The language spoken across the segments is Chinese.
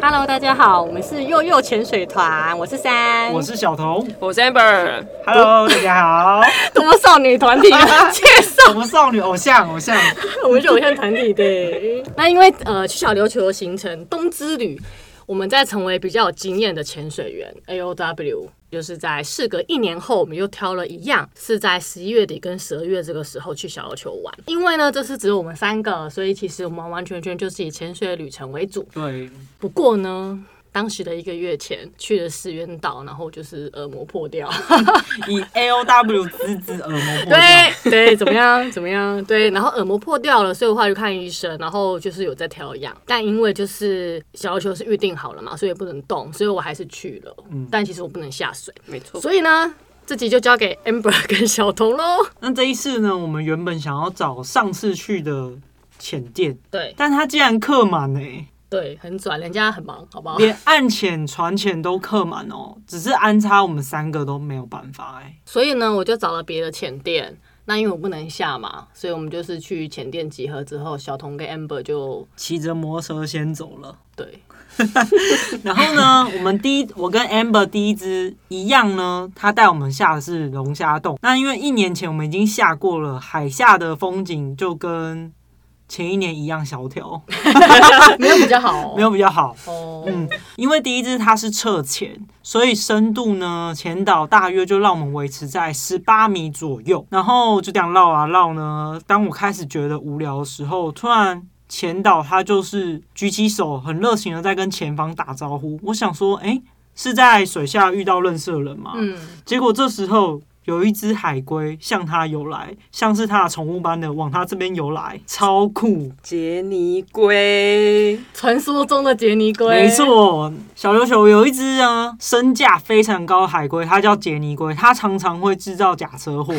Hello，大家好，我们是幼幼潜水团，我是三，我是小童我是 Amber， ，Hello，大家好，多么少女团体 的介绍，我们少女偶像偶像，我们是偶像团体对。 那因为呃去小琉球的行程冬之旅，我们在成为比较有经验的潜水员 AOW，就是在事隔一年后，我们又挑了一样是在十一月底跟十二月这个时候去小琉球玩。因为呢，这次只有我们三个，所以其实我们完完全全就是以潜水旅程为主。对，不过呢。当时的一个月前去了石原岛，然后就是耳膜破掉，以 A O W 滋滋耳膜破掉，对对，怎么样怎么样？对，然后耳膜破掉了，所以我后来去看医生，然后就是有在调养，但因为就是小琉球是预定好了嘛，所以不能动，所以我还是去了，嗯但其实我不能下水，没错，所以呢，这集就交给 Amber 跟小童喽。那这一次呢，我们原本想要找上次去的浅店，对但它竟然客满呢、欸对，很转，人家很忙，好不好？连岸潜、船潜都客满哦，只是安插我们三个都没有办法哎、所以呢，我就找了别的浅店。那因为我不能下嘛，所以我们就是去浅店集合之后，小童跟 Amber 就骑着摩托车先走了。 对然后呢，我们第一，我跟 Amber 第一支一样呢，他带我们下的是龙虾洞。那因为一年前我们已经下过了，海下的风景就跟前一年一样萧条，没有比较好、哦，没有比较好。哦，嗯，因为第一支它是侧潜，所以深度呢，潜导大约就让我们维持在十八米左右。然后就这样绕啊绕呢，当我开始觉得无聊的时候，突然。潜导他就是举起手，很热情的在跟前方打招呼。我想说，诶，是在水下遇到认识的人吗？嗯，结果这时候有一只海龟向他游来，像是他的宠物般的往他这边游来，超酷！杰尼龟，传说中的杰尼龟，没错，小琉球有一只呢，身价非常高的海龟，它叫杰尼龟，它常常会制造假 车祸。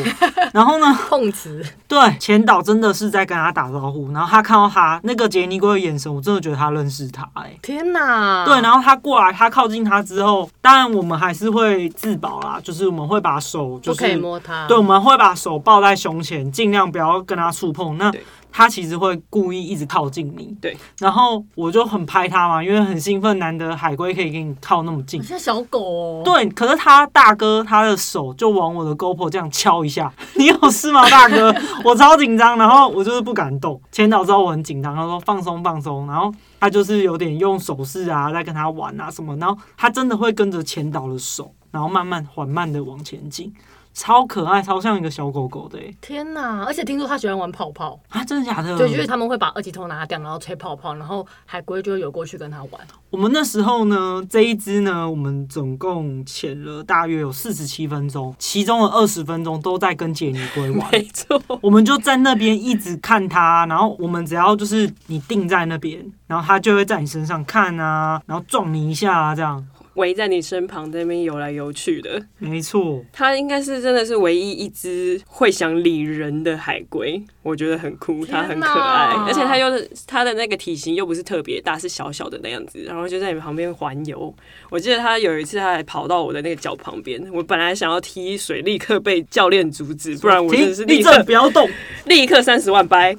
然后呢，碰瓷，对前导真的是在跟他打招呼，然后他看到他那个杰尼龟的眼神，我真的觉得他认识他、哎。天哪！对，然后他过来，他靠近他之后，当然我们还是会自保啦，就是我们会把手就不是可以摸它。对，我们会把手抱在胸前，尽量不要跟他触碰。那对他其实会故意一直靠近你。对，然后我就很拍他嘛，因为很兴奋，难得海龟可以给你靠那么近好。像小狗哦。，对，可是他大哥他的手就往我的 GoPro 这样敲一下， 你有事吗，大哥？我超紧张，然后我就是不敢动。前导知道我很紧张，他说放松放松，然后他就是有点用手势啊，在跟他玩啊什么，然后他真的会跟着前导的手，然后慢慢缓慢的往前进，超可爱，超像一个小狗狗的、欸、天哪！而且听说它喜欢玩泡泡，啊，真的假的？对，就是他们会把二级头拿掉，然后吹泡泡，然后海龟就会游过去跟它玩。我们那时候呢，这一支呢，我们总共潜了大约有四十七分钟，其中的二十分钟都在跟杰尼龟玩。没错，我们就在那边一直看它，然后我们只要就是你定在那边，然后它就会在你身上看啊，然后撞你一下啊，这样。 围在你身旁在那边游来游去的，没错，它应该是真的是唯一一只会想理人的海龟，我觉得很酷，它很可爱天哪，而且它又是它的那个体型又不是特别大，是小小的那样子，然后就在你旁边环游。我记得它有一次它还跑到我的那个脚旁边，我本来想要踢水，立刻被教练阻止，不然我真的是立立正刻 不要动。立刻三十万掰。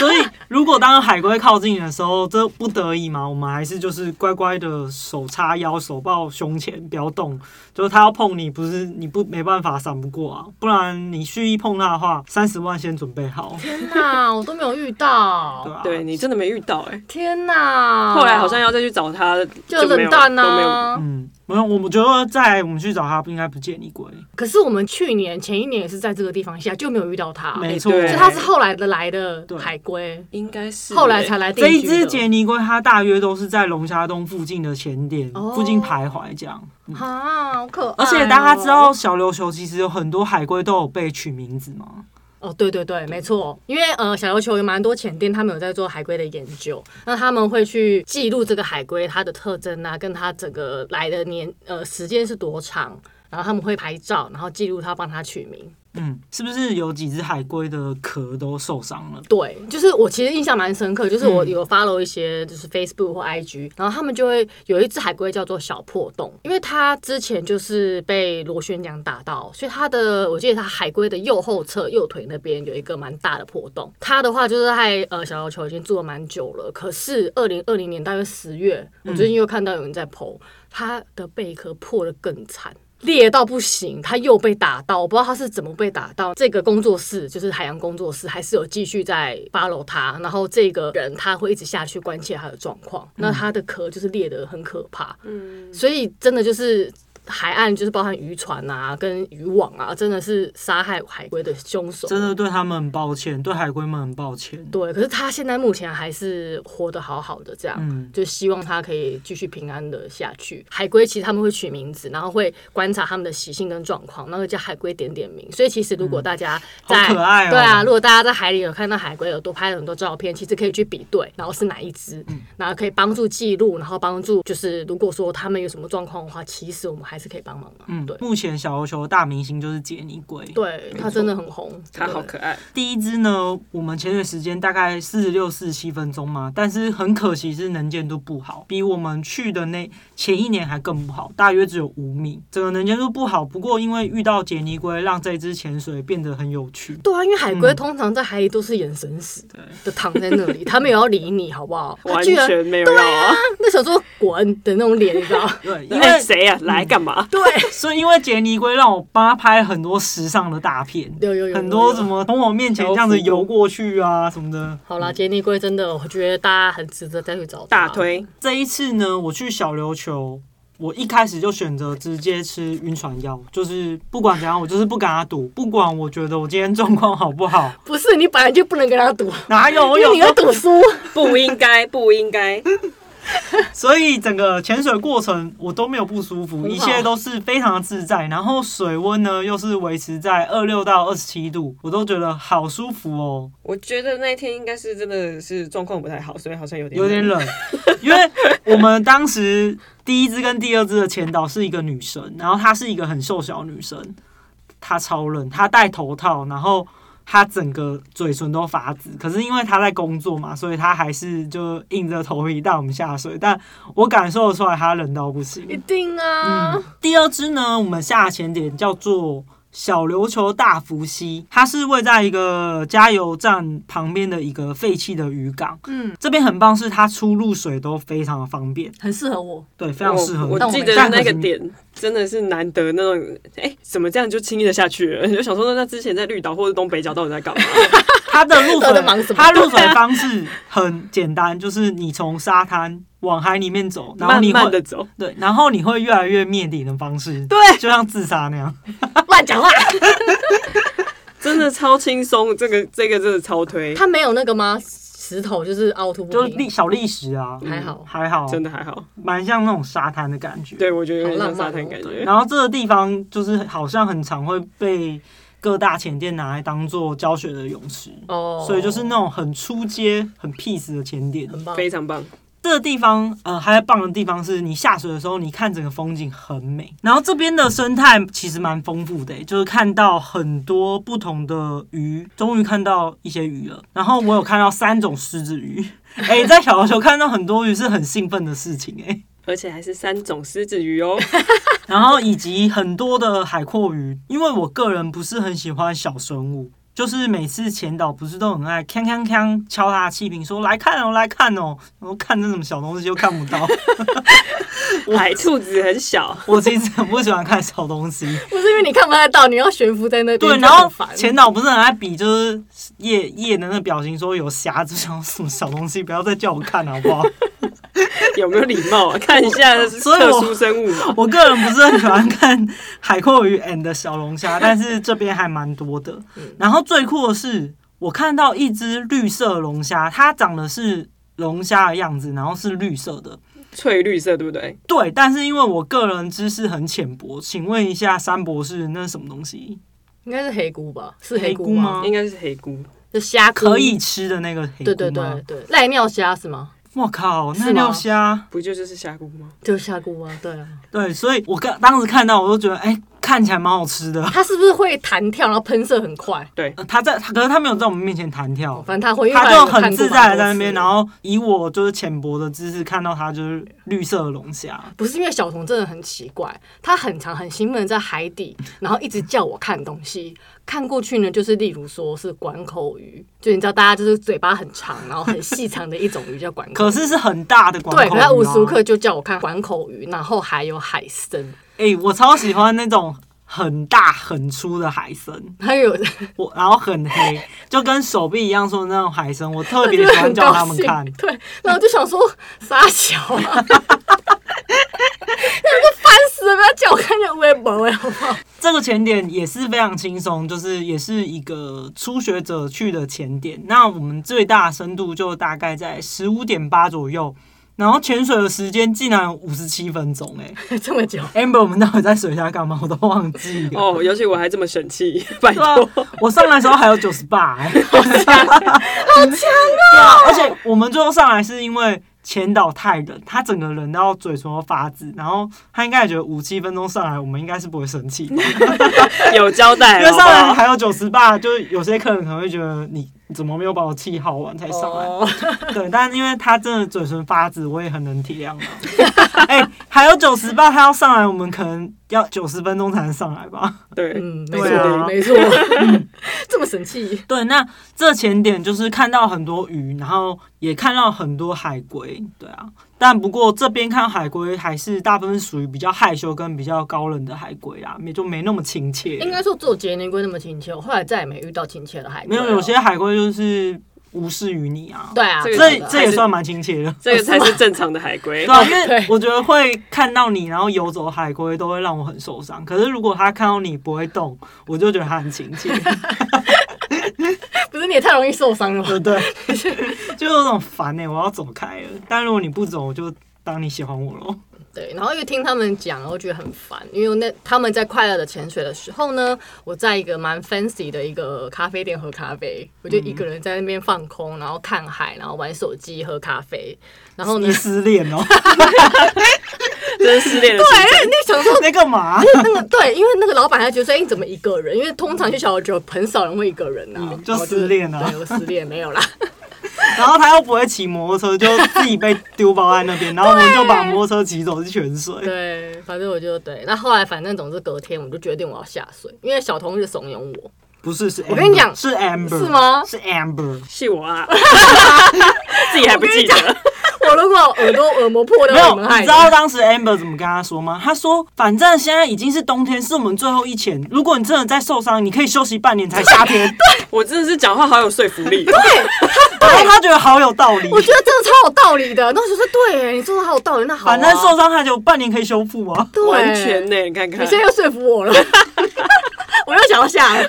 所以如果当海龟靠近你的时候，这不得已嘛，我们还是就是乖乖的手叉腰，手抱胸前，不要动。就是它要碰你，不是你不没办法闪不过啊，不然你蓄意碰它的话，三十万先准备好，天哪，我都没有遇嗯 对啊到。吧、对啊你真的没遇到哎、天哪！后来好像要再去找他，就没冷有淡都没有。啊。嗯，没有，我们觉得再我们去找它，应该不见你龟。可是我们去年前一年也是在这个地方下，就没有遇到它。没错，对所以它是后来的来的对海龟，应该是欸后来才来定这一居的只杰尼龟，它大约都是在龙虾洞附近的潜点、哦附近徘徊这样。嗯啊，好可爱哦。而且大家知道，小琉球其实有很多海龟都有被取名字嘛。哦，对对对，没错，因为呃，小琉球有蛮多潜店，他们有在做海龟的研究，那他们会去记录这个海龟它的特征啊，跟它整个来的年呃时间是多长，然后他们会拍照，然后记录它，帮它取名。嗯，是不是有几只海龟的壳都受伤了？对，就是我其实印象蛮深刻，就是我有 follow 一些就是 Facebook 或 IG，然后他们就会有一只海龟叫做小破洞，因为它之前就是被螺旋桨打到，所以它的我记得它海龟的右后侧右腿那边有一个蛮大的破洞。它的话就是在呃小琉球已经住了蛮久了，可是二零二零年大约十月，我最近又看到有人在剖，它的贝壳破的更惨。裂到不行，他又被打到，我不知道他是怎么被打到。这个工作室就是海洋工作室，还是有继续在 follow 他，然后这个人他会一直下去关切他的状况。嗯那他的壳就是裂得很可怕，嗯，所以真的就是海岸就是包含渔船啊、跟渔网啊，真的是杀害海龟的凶手。真的对他们很抱歉，对海龟们很抱歉。对，可是他现在目前还是活得好好的，这样、嗯就希望他可以继续平安的下去。海龟其实他们会取名字，然后会观察他们的习性跟状况，然后叫海龟点点名。所以其实如果大家在、好可爱哦对啊，如果大家在海里有看到海龟，有多拍了很多照片，其实可以去比对，然后是哪一只，然后可以帮助记录，然后帮助就是如果说他们有什么状况的话，其实我们还是可以帮忙嘛。嗯对，目前小琉球的大明星就是杰尼龟。对，它真的很红，它好对可爱，第一支呢，我们潜水时间大概四十六、四十七分钟嘛，但是很可惜是能见度不好，比我们去的那前一年还更不好，大约只有五米，整个能见度不好。不过因为遇到杰尼龟，让这支潜水变得很有趣。对啊，因为海龟通常在海里都是眼神死 的，就躺在那里，它没有要理你，好不好？它完居然全没有要啊！那想说滚的那种脸，你 知道？对，因哎，为谁呀？来干嘛？对，所以因为杰尼龟让我帮他拍很多时尚的大片，有有有有很多什么从我面前这样子游过去啊什么的。 好啦，杰尼龟真的，我觉得大家很值得再去找它大。推这一次呢，我去小琉球，我一开始就选择直接吃晕船药，就是不管怎样，我就是不跟他赌，不管我觉得我今天状况好不好， 不是你本来就不能跟他赌，哪有我因有为你会赌输。不应 该，不应该，所以整个潜水过程我都没有不舒服，很好一切都是非常的自在。然后水温呢又是维持在二六到二十七度，我都觉得好舒服哦，我觉得那一天应该是真的是状况不太好，所以好像有点有点冷，因为我们当时第一只跟第二只的前导是一个女生，然后她是一个很瘦小的女生，她超冷，她戴头套，然后。她整个嘴唇都发紫，可是因为她在工作嘛，所以她还是就硬着头皮带我们下水。但我感受得出来，她冷到不行，一定啊，第二支呢，我们下潜点叫做小琉球大福溪，它是位在一个加油站旁边的一个废弃的渔港。嗯，这边很棒，是它出入水都非常的方便，很适合我。对，非常适合我但我我记没得看那可个是点真的是难得那种，哎、怎么这样就轻易的下去了？你 就想说，那之前在绿岛或者东北角到底在干嘛？它的 入到底在忙什水，么它入水方式很简单，就是你从沙滩往海里面走， 然后慢你会慢的走，对，然后你会越来越灭顶的方式，对，就像自杀那 样。乱 讲话，真的超轻松。这个这个真的超推，他没有那个吗？石头就是凹凸就不是历平，小历史啊，还好还好，真的还好。蛮像那种沙滩的感觉。对，我觉得有点像好沙浪漫滩哦感对觉。然后这个地方就是好像很常会被各大前店拿来当做教学的泳池，哦所以就是那种很出街、很 peace 的前店。很棒。非常棒，这个地方，呃，还棒的地方是你下水的时候，你看整个风景很美。然后这边的生态其实蛮丰富的、就是看到很多不同的鱼，终于看到一些鱼了。然后我有看到三种狮子鱼， 哎、在小琉球看到很多鱼是很兴奋的事情、哎。而且还是三种狮子鱼哦。 然后以及很多的海阔鱼，因为我个人不是很喜欢小生物，就是每次前导不是都很爱锵锵锵敲他的气瓶说来看哦来看哦，然后看这种小东西又看不到，海兔子很小， 我其实很不喜欢看小东 西。不是因为你看不太到，你要悬浮在那边，对，就然后很烦前导不是很爱比就是叶叶的那个表情说有瑕疵，想说什么小东西不要再叫我看了好不好？ 有没有礼貌 啊？看一下所以特我殊生物嘛。我个人不是很喜欢看海阔鱼 and 小龙虾，但是这边还蛮多的。嗯然后最酷的是，我看到一只绿色龙虾，它长得是龙虾的样子，然后是绿色的。翠绿色，对不对？对，但是因为我个人知识很浅薄，请问一下三博士，那是什么东西？嗯应该是黑菇吧？是黑菇菇吗应该是黑菇，就虾菇可以，吃的那个黑对对菇吗对？对，赖尿虾是吗？我靠，是那吗料虾！不就就是虾菇吗？就是虾菇啊，对啊。对，所以我刚当时看到，我就觉得，哎、看起来蛮好吃的。 它是不是会弹跳，然后喷射很快？对，呃他在，他可是他没有在我们面前弹跳，哦反正它会，因为他本来就有看很过蛮自在的多在那边，次然后以我就是浅薄的知识看到他就是绿色的龙虾，不是因为小童真的很奇怪，他很常很兴奋地在海底，然后一直叫我看东西。看过去呢，就是例如说是管口鱼，就你知道大家就是嘴巴很长，然后很细长的一种鱼叫管口鱼。 可是是很大的广告、对，可是他无时无刻就叫我看管口鱼，然后还有海参，哎、我超喜欢那种很大很粗的海参，还 有 我然后很黑，就跟手臂一样粗的那种海参，我特别就喜是欢很叫高他们兴看。，对，然后就想说傻小啊， 那就烦死了，不要叫我看这微博哎，好不好？这个前点也是非常轻松，就是也是一个初学者去的前点。那我们最大深度就大概在十五点八左右，然后潜水的时间竟然五十七分钟、 这么久，哎，amber，我们到底在水下干嘛？我都忘记了。哦，尤其我还这么神 气，拜对啊托，，我上来的时候还有九十八，好强哦 啊！而且我们最后上来是因为前导太冷，他整个人到嘴唇都发紫，然后他应该也觉得五七分钟上来，我们应该是不会生气的，因有交啊代，哦为好不上来好？还有九十八，就是有些客人可能会觉得你怎么没有把我气好完才上来？哦，对，但是因为他真的嘴唇发紫，我也很能体谅他。哎、还有九十八，他要上来，我们可能要九十分钟才能上来吧。哦对， 嗯，没对错，啊没错，嗯 这么神气，对，那这前点就是看到很多鱼，然后也看到很多海龟，对啊。但不过这边看海龟还是大部分属于比较害羞跟比较高冷的海龟啦，也就没那么亲切。应该说只有杰尼龟那么亲切，我后来再也没遇到亲切的海龟没了。有有些海龟就是无视于你啊，啊对啊，这个真这的这也算蛮 亲切的。这个才是正常的海 龟对。啊，因为对我觉得会看到你，然后游走海龟都会让我很受伤。可是如果它看到你不会动，我就觉得它很亲 切。不是你也太容易受伤了吧？对不对？就有种烦哎、我要走开了。但如果你不走，我就当你喜欢我咯。对，然后又听他们讲，我觉得很烦，因为那他们在快乐的潜水的时候呢，我在一个蛮 fancy 的一个咖啡店喝咖啡，我就一个人在那边放空，然后看海，然后玩手机，喝咖啡，然后呢你，失恋哦？ 这是失恋的事对，那哎想说。在干嘛？啊那个对，因为那个老板他觉得说，哎、你怎么一个人？因为通常去小酒很少人会一个人啊，嗯就然后失恋啊对，我失恋没 有啦，然后他又不会骑摩托车，就自己被丢包在那边，然后我们就把摩托车骑走去泉水。对，反正我就对。那后来反正总之隔天我就决定我要下水，因为小同学怂恿我，不是，是 Amber, 我跟你讲是 Amber 是吗是 Amber。是我啊， 自己还不记得，我如果耳朵耳膜破掉，没有，我们你害知的道当时 Amber 怎么跟他说吗？他说：“反正现在已经是冬天，是我们最后一潜。如果你真的再受伤，你可以休息半年才夏 天。我真的是讲话好有说服力。然后他觉得好有道理。我觉得真的超有道理的。那我就说，对耶，你说的好有道理，那好、啊，反正受伤他就半年可以修复啊。对完全呢、你看看你，现在又说服我 了，我又想要下了。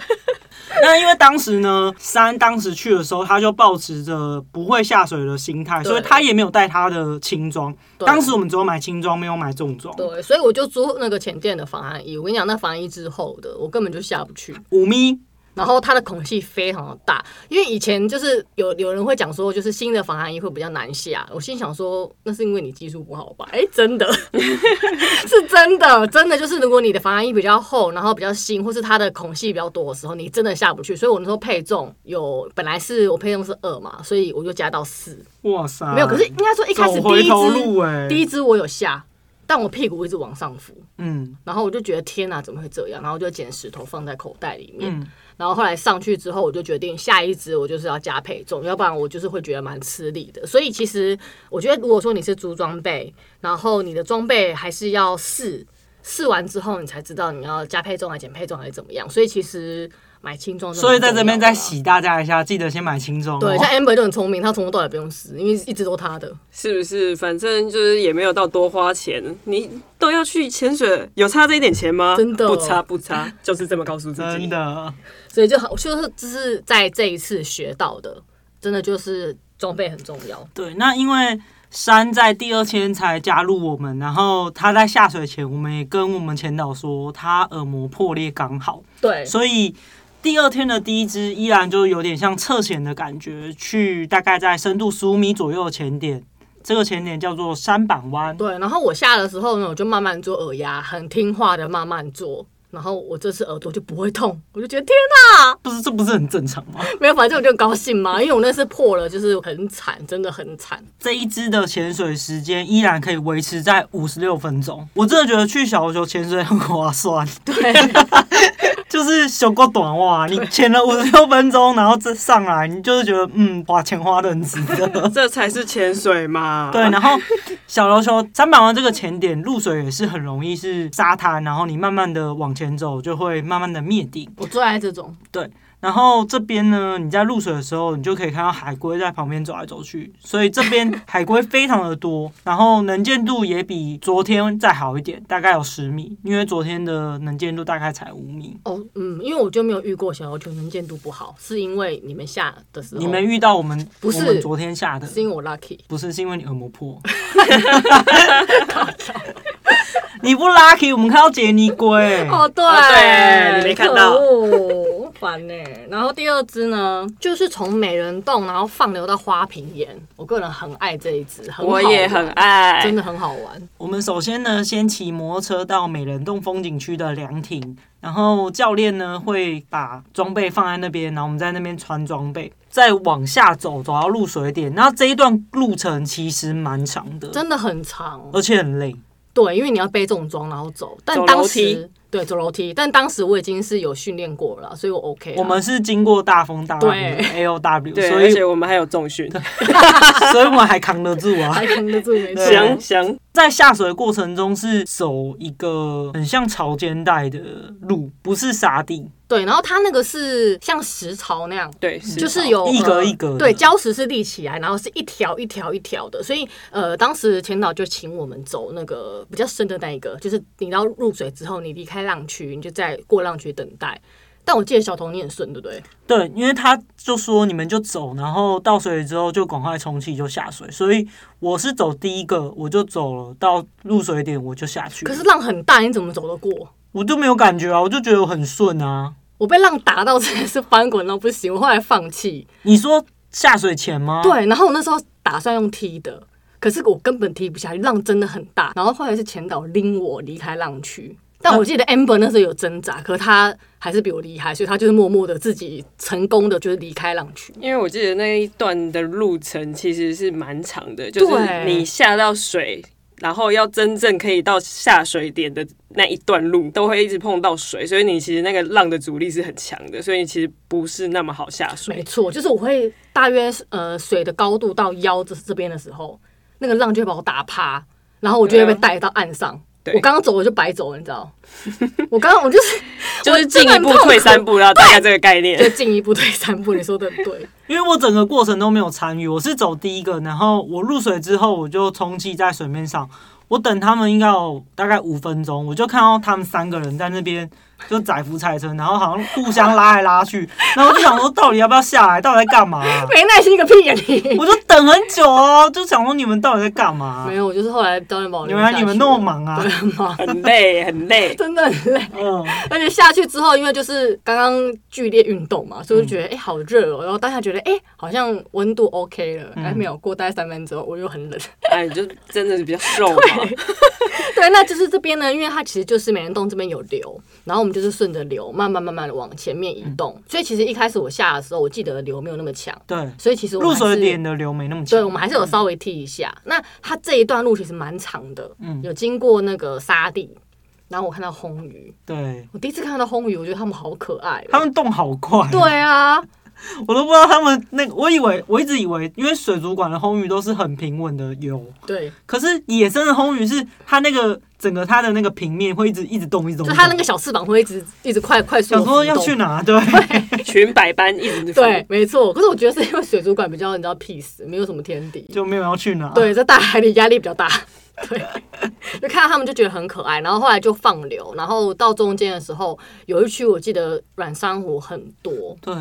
那因为当时呢，三当时去的时候，他就保持着不会下水的心态，对所以他也没有带他的轻装。对当时我们只有买轻装，没有买重装。对，所以我就租那个前店的防寒衣。我跟你讲，那防寒衣之后的，我根本就下不去。五米，然后它的孔隙非常的大，因为以前就是有有人会讲说，就是新的防寒衣会比较难下。我心想说，那是因为你技术不好吧？ 哎，真的是真的，真的就是如果你的防寒衣比较厚，然后比较新，或是它的孔隙比较多的时候，你真的下不去。所以我那时候配重有本来是我配重是二嘛，所以我就加到四。哇塞！没有，可是应该说一开始第啊走回一头路哎支第一支我有下，但我屁股一直往上浮。嗯然后我就觉得天哪、怎么会这样？然后我就捡石头放在口袋里面。嗯，然后后来上去之后，我就决定下一支我就是要加配重，要不然我就是会觉得蛮吃力的。所以其实我觉得，如果说你是租装备，然后你的装备还是要试，试完之后你才知道你要加配重还是减配重还是怎么样。所以其实买轻装真的所以蛮重要的啊，在这边再洗大家一下，记得先买轻装、哦。对，像 Amber 就很聪明，她从头到尾不用试，因为一直都她的。是不是？反正就是也没有到多花钱，你都要去潜水，有差这一点钱吗？真的不差不差，就是这么告诉自己真。的，所以就好，就是这是在这一次学到的，真的就是装备很重要。对，那因为山在第二天才加入我们，然后他在下水前，我们也跟我们前导说他耳膜破裂刚好，对，所以第二天的第一支依然就有点像侧潜的感觉，去大概在深度十五米左右的潜点，这个潜点叫做山板湾。对，然后我下的时候呢，我就慢慢做耳压，很听话的慢慢做。然后我这次耳朵就不会痛，我就觉得天哪、不是这不是很正常吗？ 没有，反正我就很高兴嘛，因为我那次破了，就是很惨，真的很惨。这一支的潜水时间依然可以维持在五十六分钟，我真的觉得去小球潜水很划算，对， 就是小够短袜，你潜了五十六分钟，然后这上来，你就是觉得嗯，花钱花的很值 得。这才是潜水嘛。对，然后小琉球三百万这个潜点入水也是很容易，是沙滩，然后你慢慢的往前走，就会慢慢的灭顶。我最爱这种，然后这边呢，你在入水的时候，你就可以看到海龟在旁边走来走去，所以这边海龟非常的多，然后能见度也比昨天再好一点，大概有十米，因为昨天的能见度大概才五米。哦，嗯，因为我就没有遇过小要求能见度不好，是因为你们下的时候，你们遇到我们不是我们昨天下的，是因为我 lucky，不是是因为你耳膜破， 你不 lucky，我们看到杰尼龟，哦，对，对你没看到可恶，很烦呢、然后第二支呢，就是从美人洞，然后放流到花瓶岩，我个人很爱这一支，很好我玩也很，爱，真的很好玩。我们首先呢，先骑摩托车到美人洞风景区的凉亭，然后教练呢会把装备放在那边，然后我们在那边穿装备，再往下走，走到露水点。那这一段路程其实蛮长的，真的很长，而且很累。对，因为你要背重装然后走，但走当楼梯时对走楼梯，但当时我已经是有训练过了，所以我 OK 啦。我们是经过大风大浪啊对 A O W，对，所而以且我们还有重训，所以我们还扛得住啊。还扛得住， 没错。对香香，在下水的过程中是走一个很像潮间带的路，不是沙地，对，然后它那个是像石槽那样。对，就好是有一格呃一格的对，礁石是立起来，然后是一条一条一条的，所以呃，当时前导就请我们走那个比较深的那一个，就是你到入水之后，你离开浪区，你就在过浪区等待。但我记得小童你很顺，对不对？对，因为他就说你们就走，然后到水之后就赶快充气就下水，所以我是走第一个，我就走了，到入水点我就下去了，可是浪很大，你怎么走得过？我就没有感觉啊，我就觉得我很顺啊。我被浪打到真的是翻滚到不行，我后来放弃。你说下水前吗？，对，然后我那时候打算用踢的，可是我根本踢不下去，浪真的很大。然后后来是前导拎我离开浪区，但我记得 Amber 那时候有挣扎，可他还是比我厉害，所以他就是默默的自己成功的就是离开浪区。因为我记得那一段的路程其实是蛮长的，就是对你下到水，然后要真正可以到下水点的那一段路，都会一直碰到水，所以你其实那个浪的阻力是很强的，所以你其实不是那么好下没水。错，就是我会大约呃水的高度到腰这这边的时候，那个浪就会把我打趴，然后我就会被对啊带到岸上。对我刚刚走我就白走了，你知道？我刚刚我 就是就是进我真一步的很痛苦退三步，然后大概这个概念就。进一步退三步，你说的很对。因为我整个过程都没有参与，我是走第一个，然后我入水之后我就充气在水面上，我等他们应该有大概五分钟，我就看到他们三个人在那边就载浮载沉，然后好像互相拉来拉 去，然后我就想说到底要不要下来，到底在干嘛啊、没耐心个屁呀、你！我就等很久哦，就想说你们到底在干嘛没？有，我就是后来教练把我原留下啊来你们去那么了 忙啊对，很忙，很累，很累。真的很累。嗯，而且下去之后，因为就是刚刚剧烈运动嘛，所以我就嗯觉得哎、诶好热哦。然后当下觉得哎、诶好像温度 OK 了，嗯哎、没有过大概三分之后我又很冷。哎，你就真的是比较瘦嘛。 对，那就是这边呢，因为它其实就是美人洞这边有流，然后我们就是顺着流慢慢慢慢的往前面移动。嗯所以其实一开始我下的时候，我记得流没有那么强，对，所以其实我入们还水是点的流没那么对，我强，们还是有稍微剃一下。那它这一段路其实蛮长的，嗯有经过那个沙地，然后我看到红鱼，对，我第一次看到红鱼，我觉得它们好可爱哦、他们动好快，对啊，我都不知道他们那个，我以为我一直以为，因为水族馆的红鱼都是很平稳的游，对，可是野生的红鱼是它那个整个它的那个平面会一直一直动一直动，就它那个个小翅膀会一直一直快快速。嗯想说要去？哪，对，裙百般一直对，，没错。可是我觉得是因为水族馆比较你知道 peace，没有什么天敌。就没有要去哪，， 对，在大海里压力比较大。对，就看到他们就觉得很可爱，然后后来就放流，然后到中间的时候，有一区我记得软珊瑚很多，对，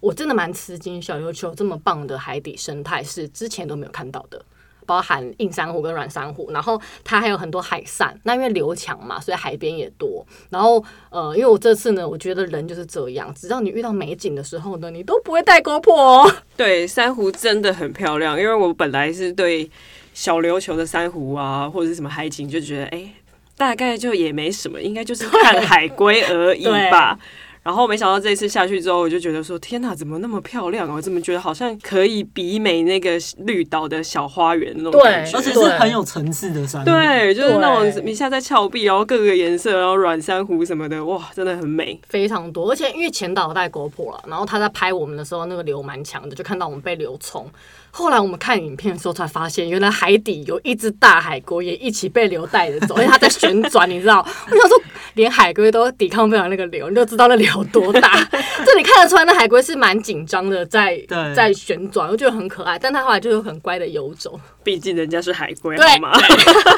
我真的蛮吃惊，小琉球这么棒的海底生态是之前都没有看到的，包含硬珊瑚跟软珊瑚，然后它还有很多海扇。那因为流强嘛，所以海边也多。然后呃，因为我这次呢，我觉得人就是这样，只要你遇到美景的时候呢，你都不会带勾破哦。对，珊瑚真的很漂亮。因为我本来是对小琉球的珊瑚啊，或者是什么海景，就觉得哎、大概就也没什么，应该就是看海龟而已吧。 然后没想到这一次下去之后，我就觉得说天哪，怎么那么漂亮啊！我怎么觉得好像可以比美那个绿岛的小花园那种对感觉？而且是很有层次的山。，对，就是那种对一下在峭壁，然后各个颜色，然后软珊瑚什么的，哇，真的很美。非常多，而且因为前导有带 GoPro 了，然后他在拍我们的时候，那个流蛮强的，就看到我们被流冲。后来我们看影片的时候，才发现原来海底有一只大海龟也一起被流带着走，而且它在旋转，你知道？我想说，连海龟都抵抗不了那个流，你就知道那流有多大。 这里看得出来，那海龟是蛮紧张的，在对在旋转，我觉得很可爱。但它后来就是很乖的游走。毕竟人家是海龟，对好吗？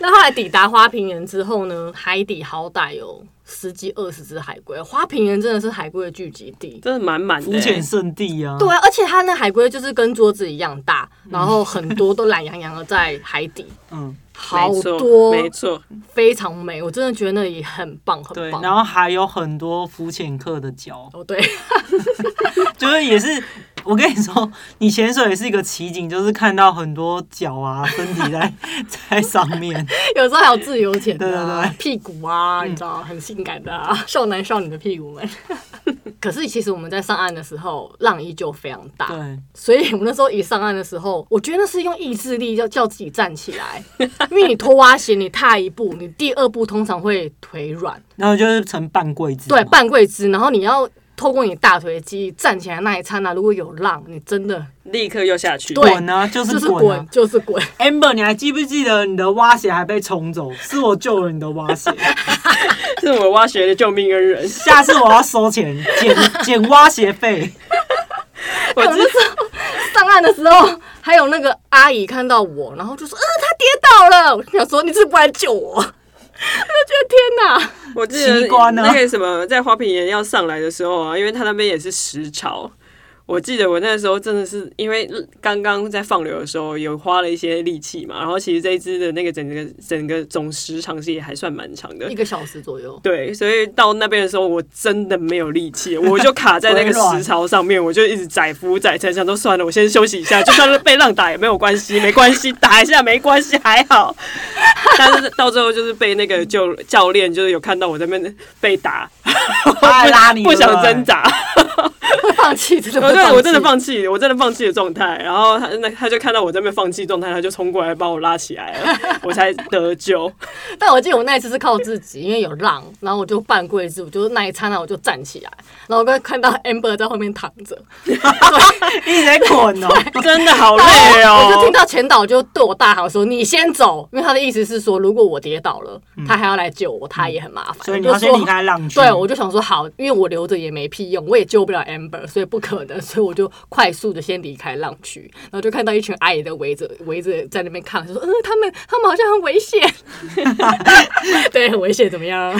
那后来抵达花瓶岩之后呢，海底好歹有十几二十只海龟，花瓶岩真的是海龟的聚集地。真的满满的、浮潜欸。圣地啊。对啊，而且它那海龟就是跟桌子一样大，然后很多都懒洋洋的在海 底，嗯，好没错多没错，非常美，我真的觉得那里很棒，对很，棒。然后还有很多浮潜客的脚，哦，对，就是也是。我跟你说，你潜水也是一个奇景，就是看到很多脚啊、身体在 在上面。有时候还有自由潜的、啊，对对嗯屁股啊，你知道，很性感的、啊、 少男少女的屁股们。 可是其实我们在上岸的时候，浪依旧非常大，对，所以我们那时候一上岸的时候，我觉得那是用意志力要叫自己站起 来，因为你脱蛙鞋，你踏一步，你第二步通常会腿软，然后就是成半跪姿嘛。对，半跪姿，然后你要透过你大腿肌站起来那一刹那，如果有浪，你真的立刻又下去。对滚啊，就就是是滚啊滚，。就是滚。 Amber，你还记不记得你的蛙鞋还被冲走？是我救了你的蛙鞋。是我挖掘的救命恩人。下次我要收钱，减减蛙鞋费。我之上岸的时候，还有那个阿姨看到我，然后就说：“呃，她跌倒了。”我就想说：“你是不来救我？” 我就觉得天哪，我记得奇观呢那个什么，在花瓶岩要上来的时候啊，因为他那边也是石潮。我记得我那时候真的是因为刚刚在放流的时候有花了一些力气嘛，然后其实这一支的那个整个整个总时长是也还算蛮长 的一，个小时左右。 对，所以到那边的时候我真的没有力气，我就卡在那腿个软石潮上面，我就一直载浮载沉，想说算了，我先休息一下，就算是被浪打也没有关系，没关系，打一下没关系，还好。但是到最后就是被那个就教练就是有看到我在那边被打，他拉你，不想挣扎。扎，会放弃，真的我会放真的弃。哦我真的放弃，我真的放弃的状态。然后他那他就看到我在那边放弃状态，他就冲过来把我拉起来了，我才得救。但我记得我那一次是靠自己，因为有浪，然后我就半跪姿，我就那一刹那我就站起来，然后我刚看到 Amber 在后面躺着，一直在滚哦、真的好累哦、我就听到前导就对我大喊说：“你先走。”因为他的意思是说，如果我跌倒了，他还要来救我，他也很麻烦。嗯所以你我要就先说离开浪区。对，我就想说好，因为我留着也没屁用，我也救不了 Amber，所以不可能，所以我就快速的先离开浪区，然后就看到一群阿姨的围着围着在那边看，就说嗯，他们他们好像很危 险，对，很危险，怎么样？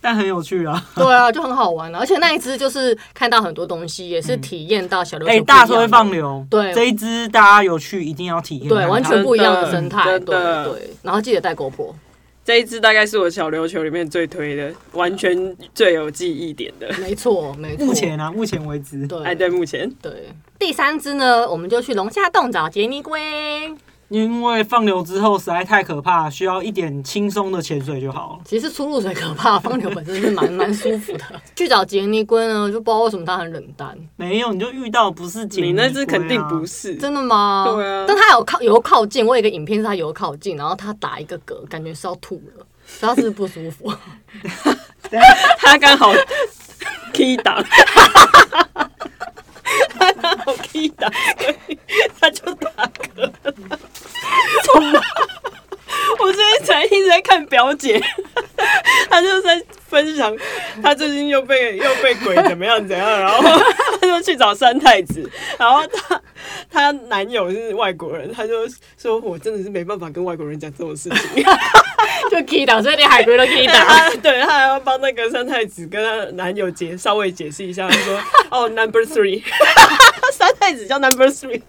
但很有趣啊。对啊，就很好玩啊而且那一只就是看到很多东西，也是体验到小琉球不哎、一样的，大叔会放流，对这一支大家有去一定要体验看对，看。完全不一样的生态，真对的对。然后记得带 GoPro，这一支大概是我小琉球里面最推的，完全最有记忆点的。没错没错。目前啊，目前为止，对哎，对，目前对，第三只呢，我们就去龙虾洞找杰尼龟。因为放流之后实在太可怕，需要一点轻松的潜水就好了。其实出入水可怕，放流本身是蛮蛮舒服的。去找杰尼龟呢，就不知道为什么它很冷淡，没有，你就遇到不是姐、啊你那支肯定不是。是，真的吗？对啊但它有靠有靠近，我有一个影片是它有靠近，然后它打一个嗝，感觉是要吐了，所以它是不舒服。 他刚好 key 档，他刚好 key 档，所以他就打嗝了。我最近才一直在看表姐，她就在分享她最近又被又被鬼怎么样怎样， 然后她就去找三太子，然后她她男友是外国人，她就说我真的是没办法跟外国人讲这种事情。就 key 档，所以连海龟都 key 档。他对他还要帮那个三太子跟他男友解稍微解释一下，他说哦 number three，三太子叫 number three，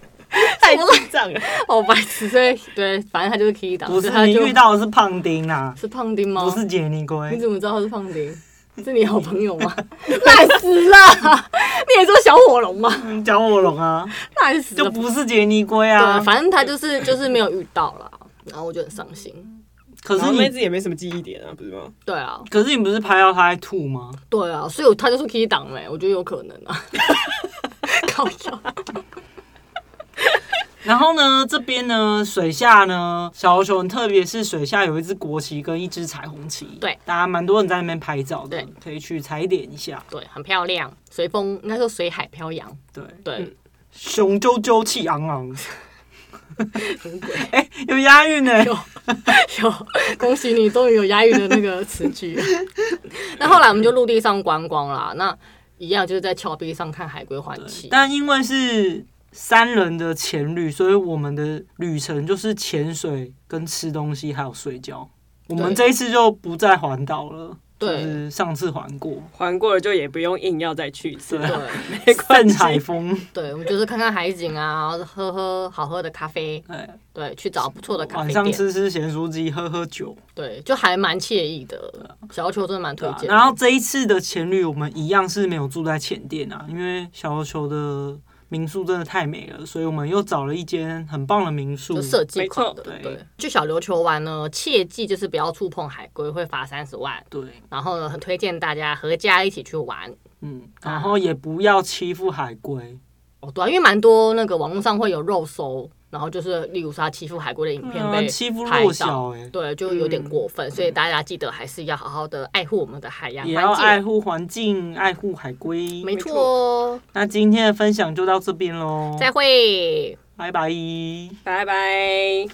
太 智障了。哦，白痴，所以对，反正它就是 key 档。不是啊所以它你就遇到的是胖丁啊，是胖丁吗？不是杰尼你龟。怎么知道他是胖丁？是你好朋友吗？烂死了！ 你也做小火龙吗？嗯讲我龙啊，烂死就了！不是杰尼龟啊对，。反正他就是就是没有遇到啦，然后我就很伤心。可然是后那你，只也没什么记忆点啊，不是吗？对啊，可是你不是拍到他在吐吗？对啊，所以我他就是 key 档哎，我觉得有可能啊。 搞笑，然后呢，这边呢，水下呢，小熊特别是水下有一只国旗跟一只彩虹旗，对，大家蛮多人在那边拍照的对，可以去踩点一下。对，很漂亮，随风应该说随海飘扬，对，对，雄赳赳气昂昂， 哎、有押韵呢、有，恭喜你终于有押韵的那个词句。那后来我们就陆地上观光啦，那一样就是在峭壁上看海龟换气。但因为是三人的前旅，所以我们的旅程就是潜水、跟吃东西还有睡觉。我们这一次就不再环岛了，就对是上次环 过，还过了就也不用硬要再去一次，对对没关泛系。海风，对，我们就是看看海景啊，然后喝喝好喝的咖啡，哎，对，去找不错的咖晚啡上店，吃吃咸酥鸡，喝喝酒。对，就还蛮惬意的。小琉球真的蛮推对啊荐的。然后这一次的前旅，我们一样是没有住在前店啊，因为小琉球的民宿真的太美了，所以我们又找了一间很棒的民宿就。设计没款错的，对对。去小琉球玩呢，切记就是不要触碰海龟，会罚三十万。对，然后呢，很推荐大家合家一起去玩。嗯，啊然后也不要欺负海龟。哦，对啊，因为蛮多那个网络上会有肉搜，然后就是例如说他欺负海龟的影片啊被欺负拍弱到，小、欸，对，就有点过分，所以大家记得还是要好好的爱护我们的海洋也要爱环护环境，爱护海境。龟。没错哦，那今天的分享就到这边喽，再会。拜拜。拜拜。